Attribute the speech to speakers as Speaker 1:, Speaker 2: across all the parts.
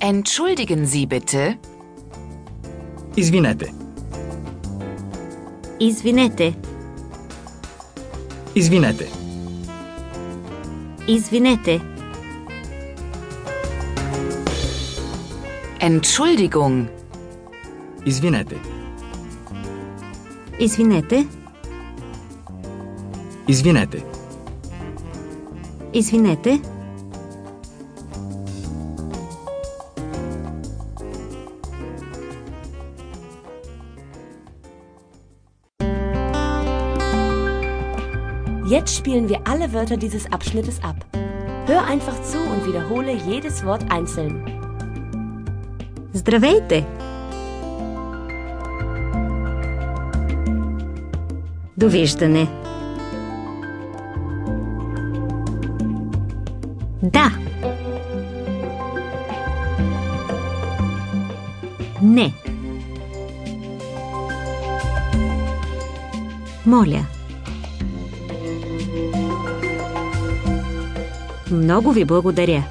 Speaker 1: Entschuldigen Sie bitte.
Speaker 2: Извинете.
Speaker 3: Извинете,
Speaker 2: Извинете.
Speaker 3: извинете,
Speaker 1: Entschuldigung.
Speaker 2: Извинете.
Speaker 3: извинете,
Speaker 2: Извинете.
Speaker 3: извинете,
Speaker 4: Jetzt spielen wir alle Wörter dieses Abschnittes ab. Hör einfach zu und wiederhole jedes Wort einzeln.
Speaker 3: здравейте! Довиждане! Да! Не! Моля! Много ви благодаря!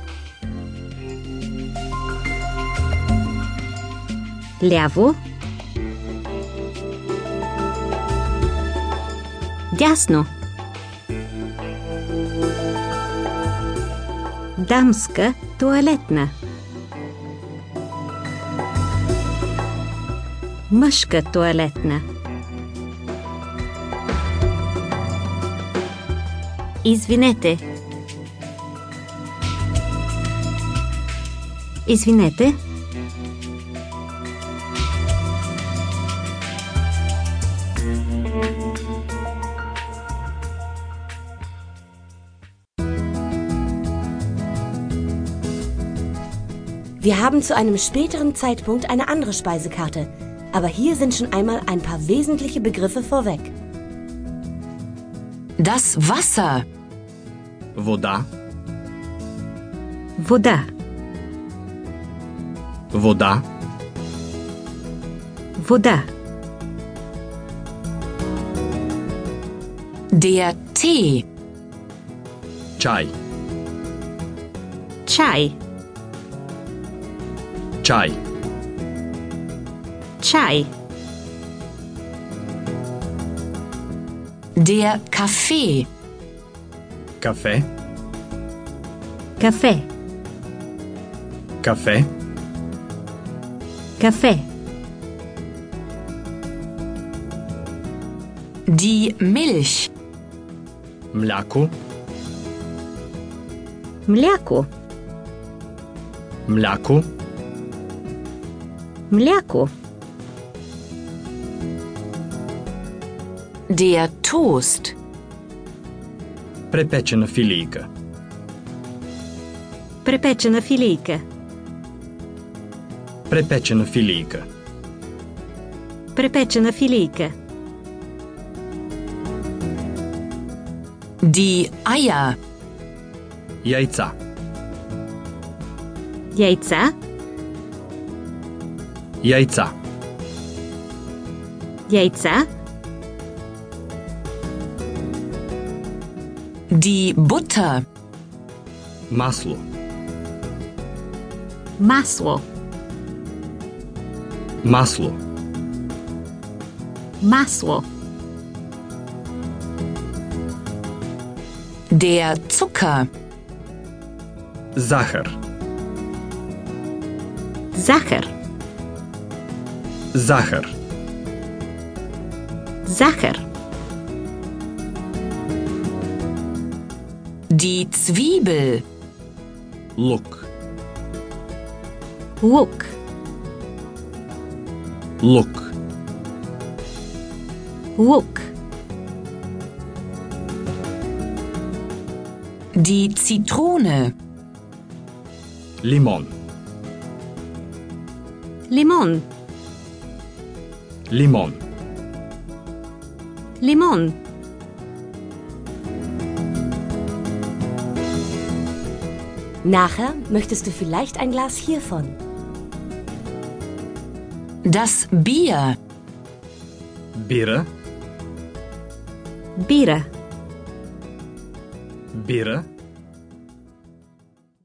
Speaker 3: Ляво. Дясно. Дамска туалетна. Мъжка туалетна. Извинете. Извинете.
Speaker 4: Wir haben zu einem späteren Zeitpunkt eine andere Speisekarte, aber hier sind schon einmal ein paar wesentliche Begriffe vorweg.
Speaker 1: Das Wasser.
Speaker 2: Вода.
Speaker 3: Вода.
Speaker 2: Вода.
Speaker 3: Вода.
Speaker 1: Der Tee.
Speaker 2: Чай.
Speaker 3: Чай.
Speaker 2: Чай.
Speaker 3: Чай.
Speaker 1: Der Kaffee.
Speaker 2: Кафе.
Speaker 3: Кафе.
Speaker 2: Кафе.
Speaker 3: Кафе.
Speaker 1: Die Milch.
Speaker 2: Мляко.
Speaker 3: Мляко.
Speaker 2: Мляко.
Speaker 3: Мляко.
Speaker 1: Der Toast.
Speaker 2: Препечена филийка.
Speaker 3: Препечена филийка.
Speaker 2: Препечена филийка.
Speaker 3: Препечена филийка.
Speaker 1: Die Eier.
Speaker 2: Яйца.
Speaker 3: Яйца.
Speaker 2: Яйца.
Speaker 3: Яйца.
Speaker 1: Die Butter.
Speaker 2: Масло.
Speaker 3: Масло.
Speaker 2: Масло.
Speaker 3: Масло.
Speaker 1: Der Zucker.
Speaker 2: Захар.
Speaker 3: Захар.
Speaker 2: Захар.
Speaker 3: Захар.
Speaker 1: Die Zwiebel.
Speaker 2: Лук.
Speaker 3: Лук.
Speaker 2: Лук.
Speaker 3: Лук.
Speaker 1: Die Zitrone.
Speaker 2: Лимон.
Speaker 3: Лимон.
Speaker 2: Лимон.
Speaker 3: Лимон.
Speaker 4: Nachher möchtest du vielleicht ein Glas hiervon.
Speaker 1: Das Bier.
Speaker 2: Бира.
Speaker 3: Бира.
Speaker 2: Бира.